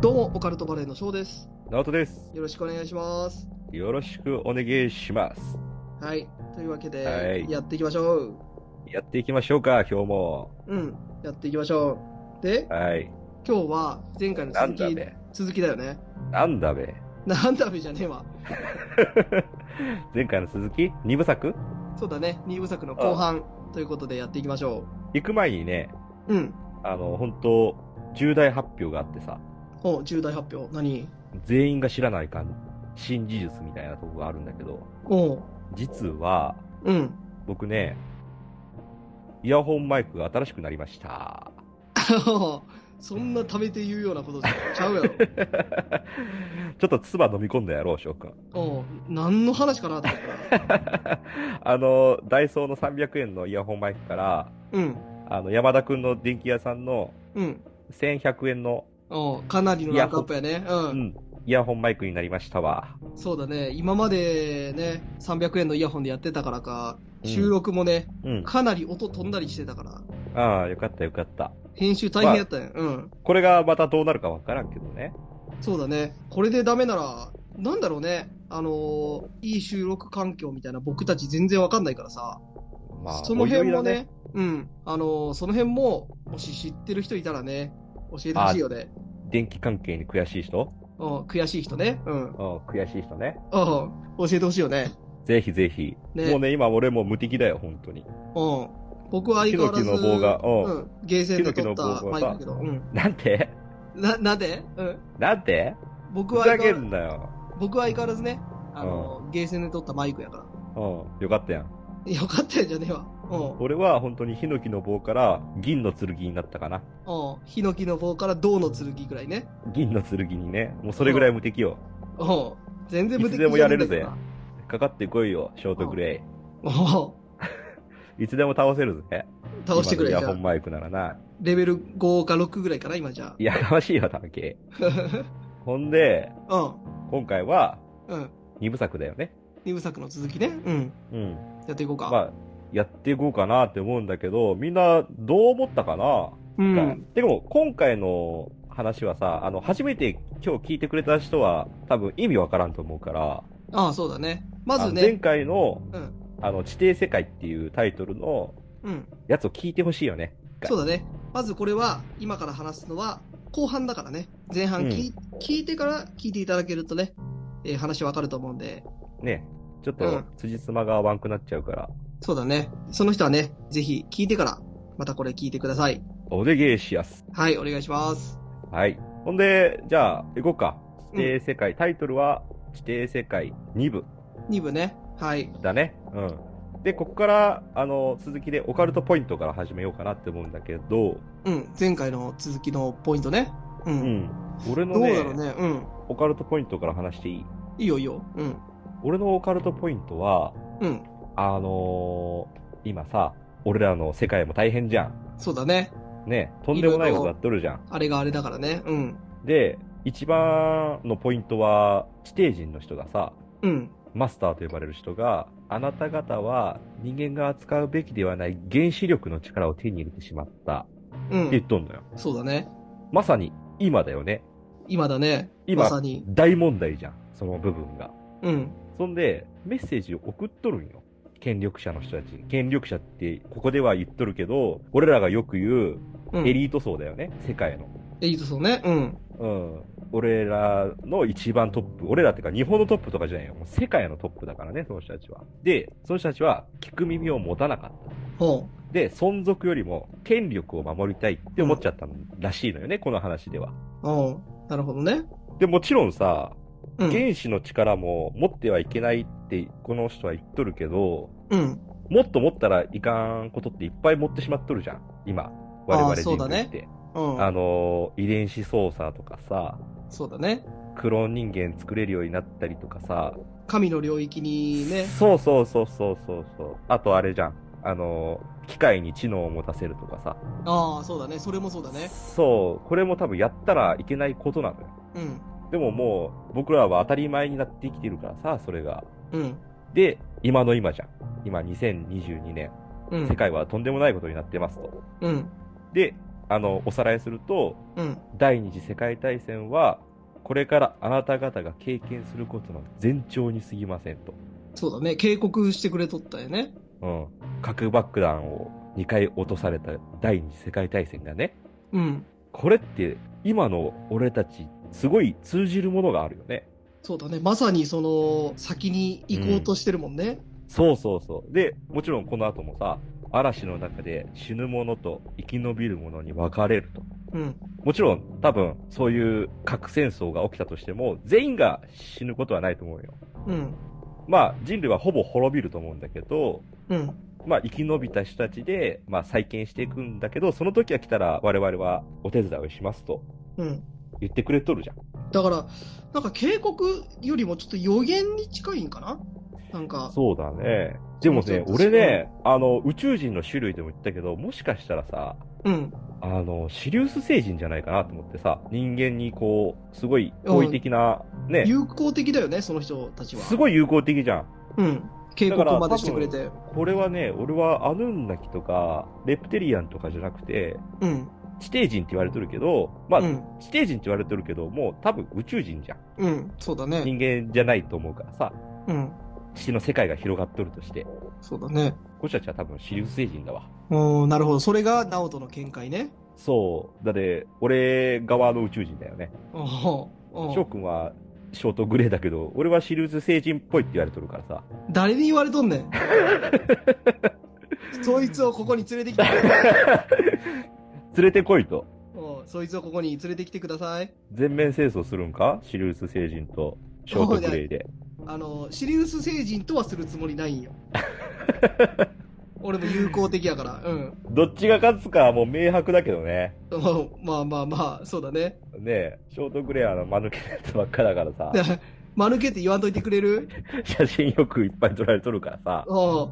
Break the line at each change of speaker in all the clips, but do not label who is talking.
どうも、オカルトバレーの翔です。
直人です。
よろしくお願いします。
よろしくお願いします。
はい。というわけ
は
で、
い
やっていきましょう。
やっていきましょうか、今日も。
うん。やっていきましょう。で、
はい。
今日は前回の
な
続
んだ
き、
べ。
続きだよね。
なんだべ。
なんだべじゃねえわ。
前回の続き二部作
そうだね。二部作の後半ということでやっていきましょ
行く前にね、
う。うん。
あの、本当重大発表があってさ、
お、重大発表。何
全員が知らないかん新事実みたいなとこがあるんだけど、
おう。
実は、
うん。
僕ね、イヤホンマイクが新しくなりました。
そんなためて言うようなことじゃちゃうやろ。
ちょっと唾飲み込んだやろう、翔くん。
おう。何の話かなと思ったら。
あの、ダイソーの300円のイヤホンマイクから、
うん。
あの、山田くんの電気屋さんの
うん。
1100円の、
おうかなりのランクアップやね。う。
うんん、イヤホンマイクになりましたわ。
そうだね。今までね、300円のイヤホンでやってたからか、
うん
収録もね、
うん。
かなり音飛んだりしてたから、
ああ、よかったよかった。
編集大変やったんや。うん。
これがまたどうなるかわからんけどね。
そうだね。これでダメなら、なんだろうね。あのーいい収録環境みたいな僕たち全然わかんないからさ、
まあ、
その辺も
おいおいだ
ね、。うん。あのーその辺も、もし知ってる人いたらね、教えてほしいよね。
電気関係に悔しい人
うん、悔しい人ね。うん。うん、
うん、悔しい人ね。
教えてほしいよね。
ぜひぜひ。
ね
もうね、今俺もう無敵だよ、本当に。
うん。僕は相変わらず、
ヒノキの棒がうん
うん。ゲーセンで撮った
ヒノキの棒
マ
が
イクだけど、うん。
なんて
な、なんでうん。
なんて
僕
ふ
は
ざ
相
け
変わら
ん
ず、
なよ。
僕は相変わらずね、あのーゲーセンで撮ったマイクやから。
うん、よかったやん。
よかったよじゃねえわ。うん。
俺は本当にヒノキの棒から銀の剣になったかな。
うん。ヒノキの棒から銅の剣ぐらいね。
銀の剣にね、もうそれぐらい無敵よ。
うん。全然無敵
いつでもやれる
じゃ
ぜ
ね
かかってこいよ、ショートグレ
えんだけどな。お
イ。いつでも倒せるぜ。
う倒してくれ
今
じ
のイ
ゃ
ヤホ
あ
ン。マイクならな。
レベル5か6ぐらいかな、今じゃ
いや、やましいわ、たわけ。
あ。
ほんで、
うん。
今回は
うん。
2部作だよね。
二部作の続きね。うん。
うん。
やっていこうか。
まあ、やっていこうかなって思うんだけど、みんなどう思ったかな、
う。
うんでも、今回の話はさ、あの、初めて今日聞いてくれた人は多分意味わからんと思うから、
ああ、そうだね。ま
あ
ず
の前
ね。
回の、
うん
あの、地底世界っていうタイトルの
うん。
やつを聞いてほしいよね。
そうだね。まずこれは、今から話すのは、後半だからね。前半聞,、聞いてから聞いていただけるとね、えー話わかると思うんで。
ね。ちょっ
う
と
ん、
辻褄が合わんくなっちゃうから、
そうだね。その人はね、ぜひ聞いてから、またこれ聞いてください。
おでげしやす。
はい、お願いします。
はい。ほんで、じゃあ、行こうか。
うん
地底世界、タイトルは、地底世界2部
2部ね。はい。
だね。うん。で、ここから、あの、続きでオカルトポイントから始めようかなって思うんだけど、
うん。前回の続きのポイントね。う。
うんん。俺の
どう
ね
だろうね。うん。
オカルトポイントから話していい
いいよいいよ。うん。
俺のオカルトポイントは、
うん。
あのー今さ、俺らの世界も大変じゃん。
そうだね。
ね。とんでもないことやっとるじゃん。
あれがあれだからね。うん。
で、一番のポイントは、地底人の人がさ、
うん。
マスターと呼ばれる人が、あなた方は人間が扱うべきではない原子力の力を手に入れてしまった
う
って言
ん。
っとんのよ。
そうだね。
まさに今だよね。
今だね。
今
まさに。
大問題じゃん、その部分が。
うん。
そんで、メッセージを送っとるんよ。権力者の人たち。権力者って、ここでは言っとるけど、俺らがよく言
うん。
うエリート層だよね、世界の。
エリートそうね。うん。
うん。俺らの一番トップ。俺らってか日本のトップとかじゃないよ。もう世界のトップだからね、その人たちは。で、その人たちは聞く耳を持たなかった。
ほ
で、存続よりも権力を守りたいって思っちゃったのらしいのよね、この話では。
う。うん。なるほどね。
で、もちろんさ、
うん。
原子の力も持ってはいけないって、この人は言っとるけど、
うん。
もっと持ったらいかんことっていっぱい持ってしまっとるじゃん、今。我々
あー
人
そう
類
だ
っ
ね
て。
うん。
あのー遺伝子操作とかさ、
そうだね。
クローン人間作れるようになったりとかさ、
神の領域にね、
そうそうそうそうそうそう。あとあれじゃん。あのー機械に知能を持たせるとかさ。
ああ、そうだね。それもそうだね。
そう、これも多分やったらいけないことなのよ。
うん。
でももう、僕らは当たり前になってきてるからさ、それが。
うん。
で、今の今じゃん。今、2022年。
うん
世。界はとんでもないことになってますと。
うん。
で、あの、おさらいすると、
うん。
第二次世界大戦は、これからあなた方が経験することの前兆に過ぎませんと。
そうだね。警告してくれとったよね。
うん。核爆弾を2回落とされた第二次世界大戦がね、
うん。
これって今の俺たち、すごい通じるものがあるよね。
そうだね。まさにその、先に行こうとしてるもんね。
そうそうそう。で、もちろんこの後もさ、嵐の中で死ぬ者と生き延びる者に分かれると。
うん。
もちろん、多分、そういう核戦争が起きたとしても、全員が死ぬことはないと思うよ。
うん。
まあ、人類はほぼ滅びると思うんだけど、
うん。
まあ、生き延びた人たちで、まあ、再建していくんだけど、その時が来たら、我々はお手伝いをしますと
うん。
言ってくれとるじゃん。
だから、なんか警告よりもちょっと予言に近いんかななんか、
そうだね。でもね、
そうそう
俺ね、あの、宇宙人の種類でも言ったけど、もしかしたらさ、
うん。
あの、シリウス星人じゃないかなと思ってさ、人間にこう、すごい好意的な、ね、
有効的だよね、その人たちは。
すごい有効的じゃん。
うん。警告までしてくれて。
これはね、俺はアヌンナキとか、レプテリアンとかじゃなくて、
うん。
地底人って言われてるけど、まあ、
うん。
地底人って言われてるけど、もう多分宇宙人じゃん。
うん。そうだね。
人間じゃないと思うからさ、
うん。
地の世界が広がっとるとして、
そうだね。
こっちたちは多分シリウス星人だわ。
おーなるほど。それがナオトの見解ね。
そう。だって、俺側の宇宙人だよね。
おーお
翔
ー
くんはショートグレーだけど、俺はシリウス星人っぽいって言われとるからさ。
誰に言われとんねん。 そいつをここに連れてきて。
連れてこいと。
おーそいつをここに連れてきてください。
全面清掃するんかシリウス星人とショートグレーで。
あの、シリウス星人とはするつもりないんよ。俺も友好的やから。うん。
どっちが勝つかはもう明白だけどね。
おまあまあまあ、そうだね。
ねえ、ショートグレーはあの、間抜けなやつばっかだからさ
で、間抜けって言わんといてくれる
写真よくいっぱい撮られとるからさ、
おー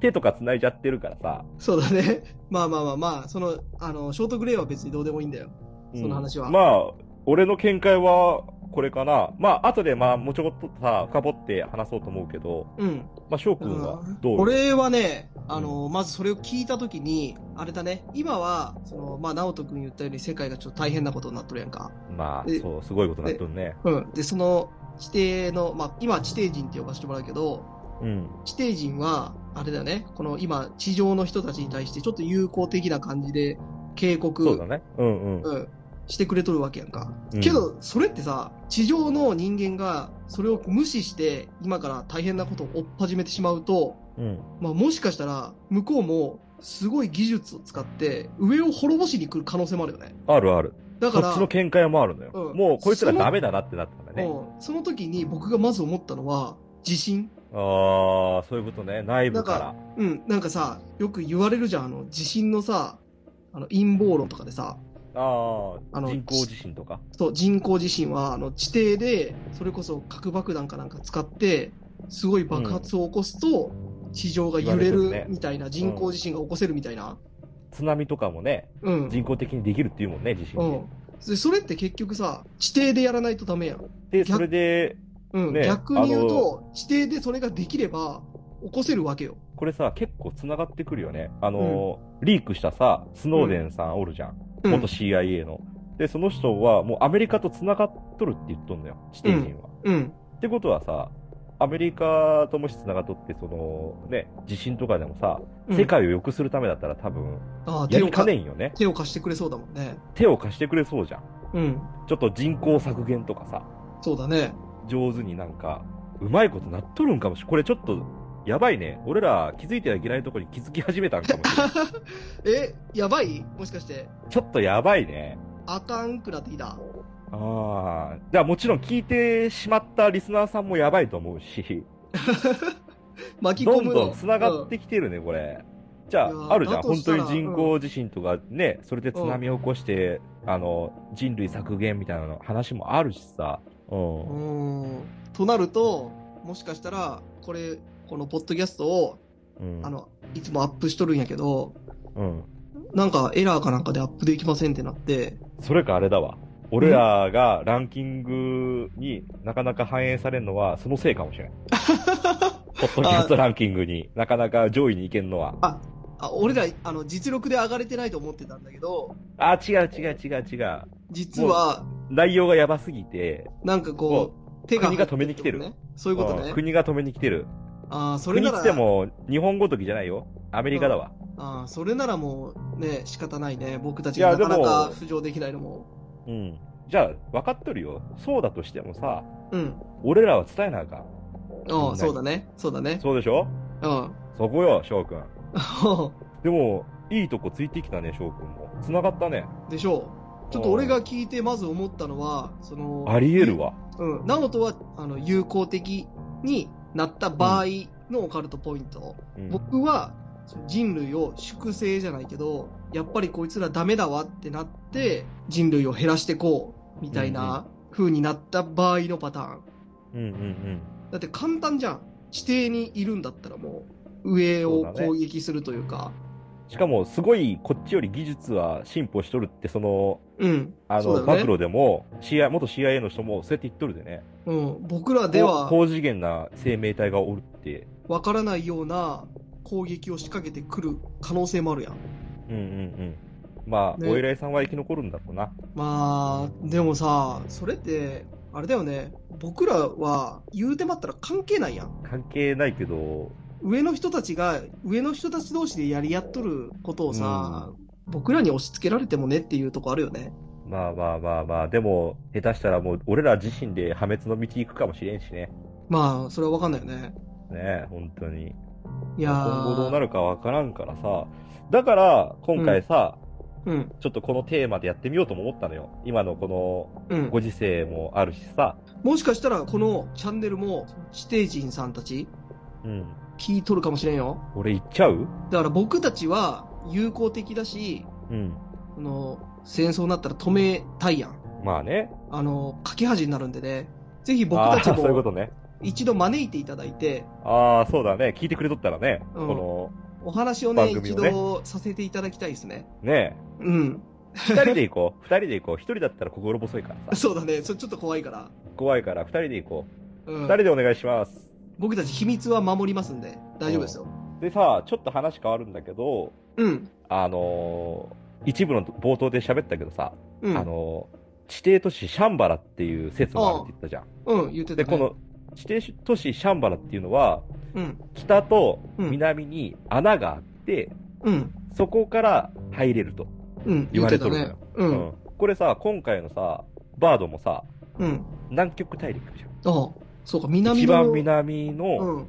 手とか繋いじゃってるからさ、
そうだね。まあまあまあまあ、その、あの、ショートグレーは別にどうでもいいんだよ。その話は
うんまあ、俺の見解はこれかな。まあ、後でまあ、もうちょこっとさ、深掘って話そうと思うけど、
うん。
まあ、翔くんはどう
俺はね、あの、まずそれを聞いたときに、あれだね、今は、その、まあ、直人君言ったように世界がちょっと大変なことになっとるやんか。
まあ
え、
そう、すごいことになっとるね。
うん。で、その、地底の、まあ、今は地底人って呼ばせてもらうけど、
うん。
地底人は、あれだよね、この今、地上の人たちに対してちょっと友好的な感じで警告、
そうだね。うんうん。
うん、してくれとるわけやんか。
うん
けど、それってさ、地上の人間がそれを無視して、今から大変なことを追っ始めてしまうと、
うん。
まあ、もしかしたら、向こうも、すごい技術を使って、上を滅ぼしに来る可能性もあるよね。
あるある。
だ
そ
か
っ
ら、
ちの見解もあるのよ。
うん
もう、こいつら
その
ダメだなってなったんだね。
うんその時に僕がまず思ったのは、地震。
ああ、そういうことね。内部から。
うん、なんかさ、よく言われるじゃん、あの、地震のさ、あの、陰謀論とかでさ、
ああ
あの
人工地震とか。
そう、人工地震は、あの、地底で、それこそ核爆弾かなんか使って、すごい爆発を起こすと、地上が揺れ
言われてる
る
ね
みたいな、人工地震が起こせるみたいな。
津波とかもね、
うん。
人工的にできるっていうもんね、地震
う
で
ん。でそれって結局さ、地底でやらないとダメやん。
で、
逆
それで、
うん。
ね
逆に言うと、地底でそれができれば、起こせるわけよ。
これさ、結構繋がってくるよね。あのー、リークしたさ、スノーデンさんおるじゃん。
うん。
元 CIA の。で、その人はもうアメリカと繋がっとるって言っとんのよ、地底人は。
うん。
ってことはさ、アメリカともし繋がっとって、その、ね、地震とかでもさ、
うん
世界を良くするためだったら多分、
あー
や
手を
りか
か
ねんよね。
手を貸してくれそうだもんね。
手を貸してくれそうじゃん。
うん。
ちょっと人口削減とかさ、
そうだね。
上手になんか、うまいことなっとるんかもしれん。これちょっと、やばいね。俺ら気づいてはいけないとこに気づき始めたんかもし れん。
え、やばいもしかして、
ちょっとやばいね。
あかんくなってきた。
ああ。じゃあもちろん聞いてしまったリスナーさんもやばいと思うし、
巻き
ど
込
ん
むの。
どん繋がっ
うん
てきてるね、これ。じゃ
いやー
あ、あるじゃん。
だと
本
した
当
ら
に人工地震とかね、それで津波を起こして、あの、人類削減みたいなの話もあるしさ。う
う
ん。
ん。となると、もしかしたら、これ、このポッドキャストを、
うん。
あの、いつもアップしとるんやけど、
うん。
なんかエラーかなんかでアップできませんってなって、
それかあれだわ。俺らがランキングになかなか反映されるのは、そのせいかも しれない。ポッドキャストランキングになかなか上位に行けるのは。
あ、俺ら、あの、実力で上がれてないと思ってたんだけど、
あ、違う違う違う違う。
実は、
内容がやばすぎて、
なんかこう、手が、
国が止めに来てる。
そういうこと
うん
ね。
国が止めに来てる。
ああ、それ
国
な
っつ
ら
って、も、日本ごときじゃないよ。アメリカだわ。
ああ、それならもう、ね、仕方ないね。僕たち
い
が
や
な
で
か
も
なか浮上できないのも。
うん。じゃあ、分かっとるよ。そうだとしてもさ、
うん。
俺らは伝えなあかん。
あ
ない
あ、そうだね。そうだね。
そうでしょ
うん。
そこよ、翔くん。でも、いいとこついてきたね、翔くんも。繋がったね。
でしょう。ちょっと俺が聞いてまず思ったのは、その、
あり得るわ。
うん、ナオトはあの友好的になった場合のオカルトポイント、
うん
僕はその人類を粛清じゃないけどやっぱりこいつらダメだわってなって人類を減らしてこうみたいな風になった場合のパターン、
うんうんうん。
だって簡単じゃん地底にいるんだったらもう上を
そうだね
攻撃するというか
しかも、すごい、こっちより技術は進歩しとるって、その、
うん
あ
そうだよ
の、暴
ね
露でも、CIA、元 CIA の人も、そうやって言っとるでね。
うん、僕らでは
高高次元な生命体がおるって。
わからないような攻撃を仕掛けてくる可能性もあるやん
うんうんうん。まあ、
ね
お偉いさんは生き残るんだろうな。
まあ、でもさ、それって、あれだよね、僕らは言うてまったら関係ないやん。
関係ないけど、
上の人たちが、上の人たち同士でやり合っとることをさ、僕らに押し付けられてもねっていうとこあるよね。
まあまあまあまあ、でも、下手したらもう、俺ら自身で破滅の道行くかもしれんしね。
まあ、それはわかんないよね。
ねえ、本当に。
いやー
今後どうなるかわからんからさ。だから、今回さ、
うん、
ちょっとこのテーマでやってみようとも思ったのよ。今のこ
うん
のご。時世もあるしさ。
もしかしたら、このチャンネルも、地底人さんたち、
うん。
聞いとるかもしれんよ。
俺行っちゃう
だから僕たちは、友好的だし、
うん。
あの、戦争になったら止めたいやん。
まあね。
あの、架け恥になるんでね、ぜひ僕
あ
たち
ーそういうこ
も
とね。
一度招いていただいて、
ああ、そうだね。聞いてくれとったらね。
うん
こ
お話をね、
番組
一
をね
度させていただきたいですね。
の、ね
うん。
え。二人で行こう。二人で行こう。一人だったら心 細いからさ。
そうだね。それちょっと怖いから。
怖いから、二人で行こ
う
う。
ん
二、人でお願いします。
僕たち秘密は守りますんで、大丈夫ですよ。
でさ、ちょっと話変わるんだけど、
うん。
あのー一部の冒頭で喋ったけどさ、
うん。
あのー地底都市シャンバラっていう説もあるって言ったじゃん。
うん、言ってた、ね。
で、こ、の地底都市シャンバラっていうのは、
うん。
北と
うん
南に穴があって、
うん。
そこから入れると。
うん。
言われとる
言
の
っ
よ
てたね。う。
うんこれさ、今回のさ、バードもさ、
うん。
南極大陸じゃん。
ああ、そうか、南の。
一番南の、
うん。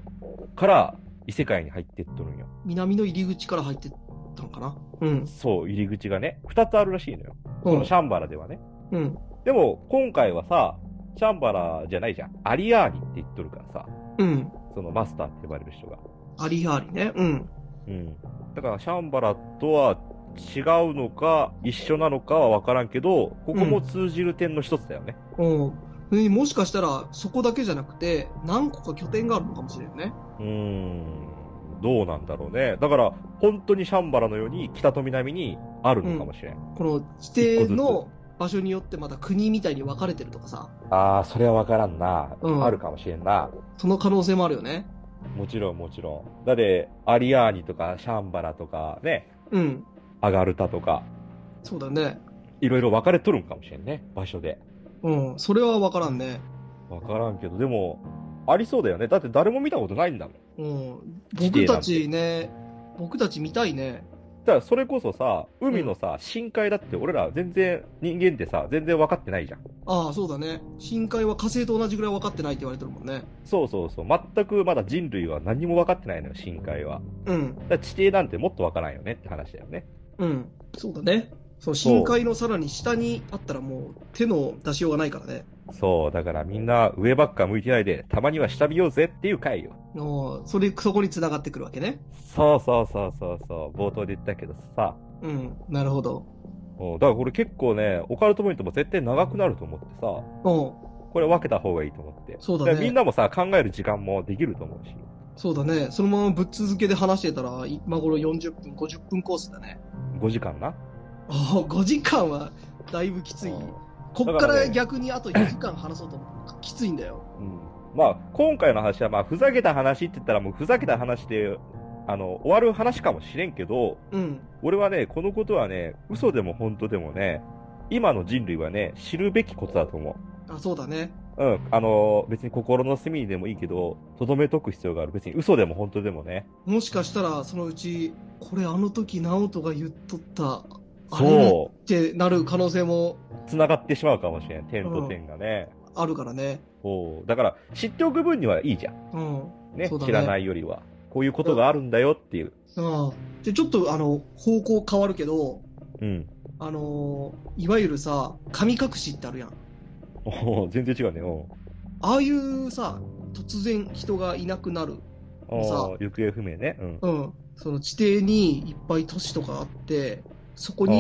から異世界に入ってっとるんよ。
南の入り口から入ってったのかな。うん。
そう、入り口がね、二つあるらしいのよ。
う
この
ん
シ。ャンバラではね。
うん。
でも、今回はさ、シャンバラじゃないじゃん。アリアーニって言っとるからさ、
うん。
そのマスターって呼ばれる人が。
ありありね。うん。
うん。だから、シャンバラとは違うのか、一緒なのかはわからんけど、ここも通じる点の一つだよね。
うん。でもしかしたら、そこだけじゃなくて、何個か拠点があるのかもしれんね。
うーん。どうなんだろうね。だから、本当にシャンバラのように北と南にあるのかもしれん。
この地底の場所によってまた国みたいに分かれてるとかさ、
ああ、それはわからんな、
うん
あるかもしれんな。
その可能性もあるよね。
もちろんもちろん。だって、アリアーニとかシャンバラとかね、
うん。
アガルタとか、
そうだね。
いろいろ分かれとるんかもしれんね、場所で。
うん。それは分からんね。
分からんけど、でも、ありそうだよね。だって誰も見たことないんだもん。
うん。
地底なんて
僕たちね、僕たち見たいね。
だからそれこそさ、海のさ、深海だって俺ら全然、人間ってさ、全然分かってないじゃん。
ああ、そうだね。深海は火星と同じぐらい分かってないって言われてるもんね。
そうそうそう。全くまだ人類は何も分かってないのよ、深海は。
うん。
だから地底なんてもっと分からんよねって話だよね。
うん。そうだね。そう深海のさらに下にあったらもう手の出しようがないからね。
そう、だからみんな上ばっか向いてないで、たまには下見ようぜっていう回よ。
おーそれそこに繋がってくるわけね。
そうそうそうそうそう、冒頭で言ったけどさ。
うん、なるほど。
うん、だからこれ結構ね、オカルトポイントも絶対長くなると思ってさ、
おう
これ分けた方がいいと思って。
そうだね
からみんなもさ、考える時間もできると思うし。
そうだね。そのままぶっ続けで話してたら、今頃40分、50分コースだね。
5時間な。
ああ、5時間はだいぶきつい。
うん
こっか
だから
ら
ね
逆にあと4時間話そうと思う。きついんだよ。
うんまあ、今回の話は、まあ、ふざけた話って言ったら、もうふざけた話で、あの、終わる話かもしれんけど、
うん。
俺はね、このことはね、嘘でも本当でもね、今の人類はね、知るべきことだと思
あ、そうだね。
う。うん、あの、別に心の隅にでもいいけど、とどめとく必要がある。別に嘘でも本当でもね。
もしかしたら、そのうち、これあの時、直人が言っとった、あれだっ
そ
てなる可能性も
う。繋がってしまうかもしれん。点と点がね。
あるからね。
そう。だから、知っておく分にはいいじゃん。
うん。
ね。
そうだね
知らないよりは。こういうことがあるんだよっていう。
ああ。で、ちょっと、あの、方向変わるけど、
うん。
あのーいわゆるさ、神隠しってあるやん。
おー全然違うね。お
ああいうさ、突然人がいなくなる。
ーお
さ
ー行方不明ね。うん。
うん。その地底にいっぱい都市とかあって、そこ
あ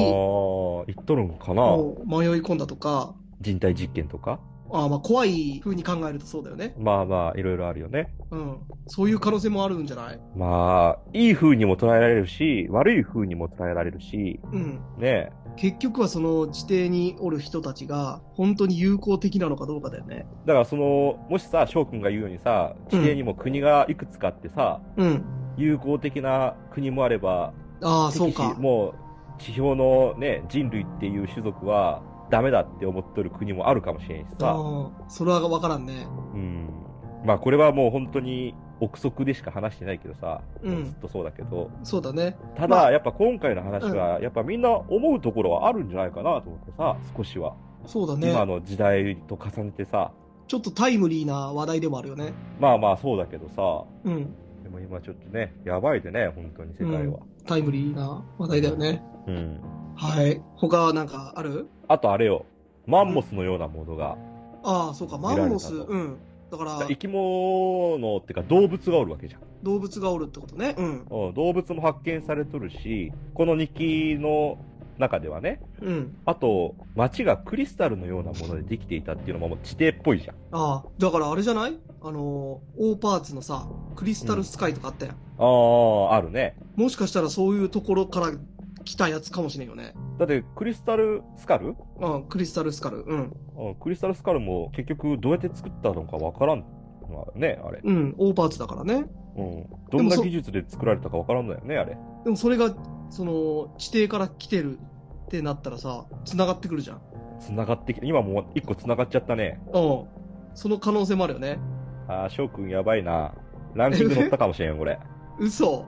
に
ー言っとるんかな
もう迷い込んだとか、
人体実験とか
ああまあ怖い風に考えるとそうだよね。
まあまあ、いろいろあるよね。
うん。そういう可能性もあるんじゃない
まあ、いい風にも捉えられるし、悪い風にも捉えられるし、
うん。
ね
結局はその地底におる人たちが本当に友好的なのかどうかだよね。
え。だからその、もしさ、翔くんが言うようにさ、地底にも国がいくつかあってさ、
うん。
友好的な国もあれば、
ああ、そう
敵
か
視。もう、地表のね、人類っていう種族は、ダメだって思っとる国もあるかもしれんしさ。
ああ、それはわからんね。
うん。まあ、これはもう本当に、憶測でしか話してないけどさ、
うん
ずっとそうだけど、
そうだね。
ただ、
まあ
やっぱ今回の話は、やっぱみんな思うところはあるんじゃないかなと思ってさ、少しは。
そうだね。
今の時代と重ねてさ、
ちょっとタイムリーな話題でもあるよね。
まあまあそうだけどさ、
うん。
でも今ちょっとね、やばいでね、本当に世界は。
タイムリーな話題だよね。
うん。
はい。他はなんかある
あとあれよ、マンモスのようなものが、
ああ、そうか。マンモス。
見られたと
うん。だから
生、き物ってか動物がおるわけじゃん。
動物がおるってことね。うん。
うん、動物も発見されとるし、この日記の中ではね、
うん。
あと、街がクリスタルのようなものでできていたっていうのももう地底っぽいじゃん。
ああ、だからあれじゃないあのー、オーパーツのさ、クリスタルスカイとかあったやん。
ああ、あるね。
もしかしたらそういうところから来たやつかもしれんよね。
だって、クリスタルスカル
うん、クリスタルスカル。うん。
うんクリスタルスカルも結局どうやって作ったのかわからん。まあね、あれ。
うん、オーパーツだからね。
うん。どんな技術で作られたかわからんのよね、あれ。
でもそれが、その、地底から来てるってなったらさ、繋がってくるじゃん。
繋がってきて、今もう一個繋がっちゃったね。
うん。その可能性もあるよね。
あー、翔くんやばいな。ランキング乗ったかもしれんよ、これ。
嘘。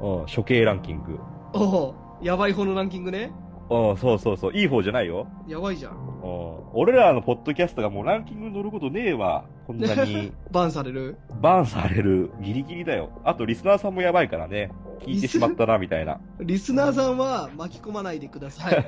うん、処刑ランキング。
おうやばい方のランキングね。
うん、そうそうそう。いい方じゃないよ。
やばいじゃん
う。ん。俺らのポッドキャストがもうランキング乗ることねえわ。こんなに
バンされる。
バンされる。ギリギリだよ。あと、リスナーさんもやばいからね。聞いてしまったな、みたいな。
リスナーさんは巻き込まないでください。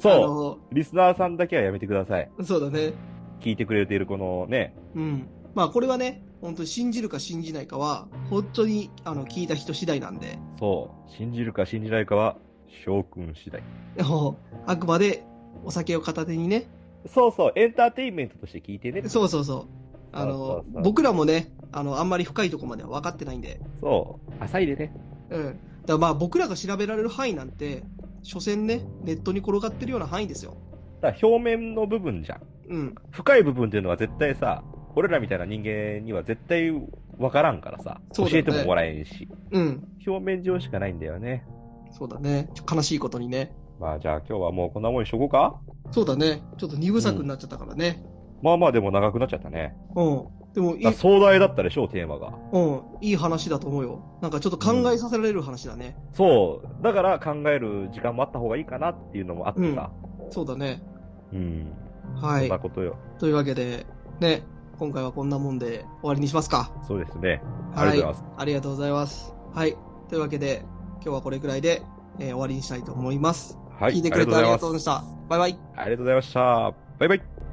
そう。リスナーさんだけはやめてください。
う。そうだね。
聞いてくれているこのね、
うん。まあこれはね、本当に信じるか信じないかは、本当にあの聞いた人次第なんで、
そう、信じるか信じないかは、翔くん次第。
あのあくまでお酒を片手にね、
そうそう、エンターテインメントとして聞いてね。
そうそうそう。あの
そうそうそう
僕らもね、あの、あんまり深いとこまでは分かってないんで、
そう、浅いでね。
うん。だからまあ僕らが調べられる範囲なんて、所詮ね、ネットに転がってるような範囲ですよ。
だから表面の部分じゃん。
うん。
深い部分っていうのは絶対さ、俺らみたいな人間には絶対わからんからさ、
そ
教
うだよ
え
ね
てももらえんし。
うん。
表面上しかないんだよね。
そうだね。ちょ悲しいことにね。
まあじゃあ今日はもうこんなもんにしとこうか
そうだね。ちょっと二部作になっちゃったからね。
まあまあでも長くなっちゃったね。
うん。でもいい
だから、壮大だったでしょ、テーマが。
うん。いい話だと思うよ。なんかちょっと考えさせられる話だね。
そう。だから考える時間もあった方がいいかなっていうのもあってさ。
そうだね。
うん。
は
そん
い
な。ことよ。
というわけで、ね、今回はこんなもんで終わりにしますか。
そうですね。あ
は
り
い
がとうございます。。
ありがとうございます。はい。というわけで、今日はこれくらいで、えー終わりにしたいと思います。
はい。
聞いてくれてありがとう
う
ございました。バイバイ。
ありがとうございました。バイバイ。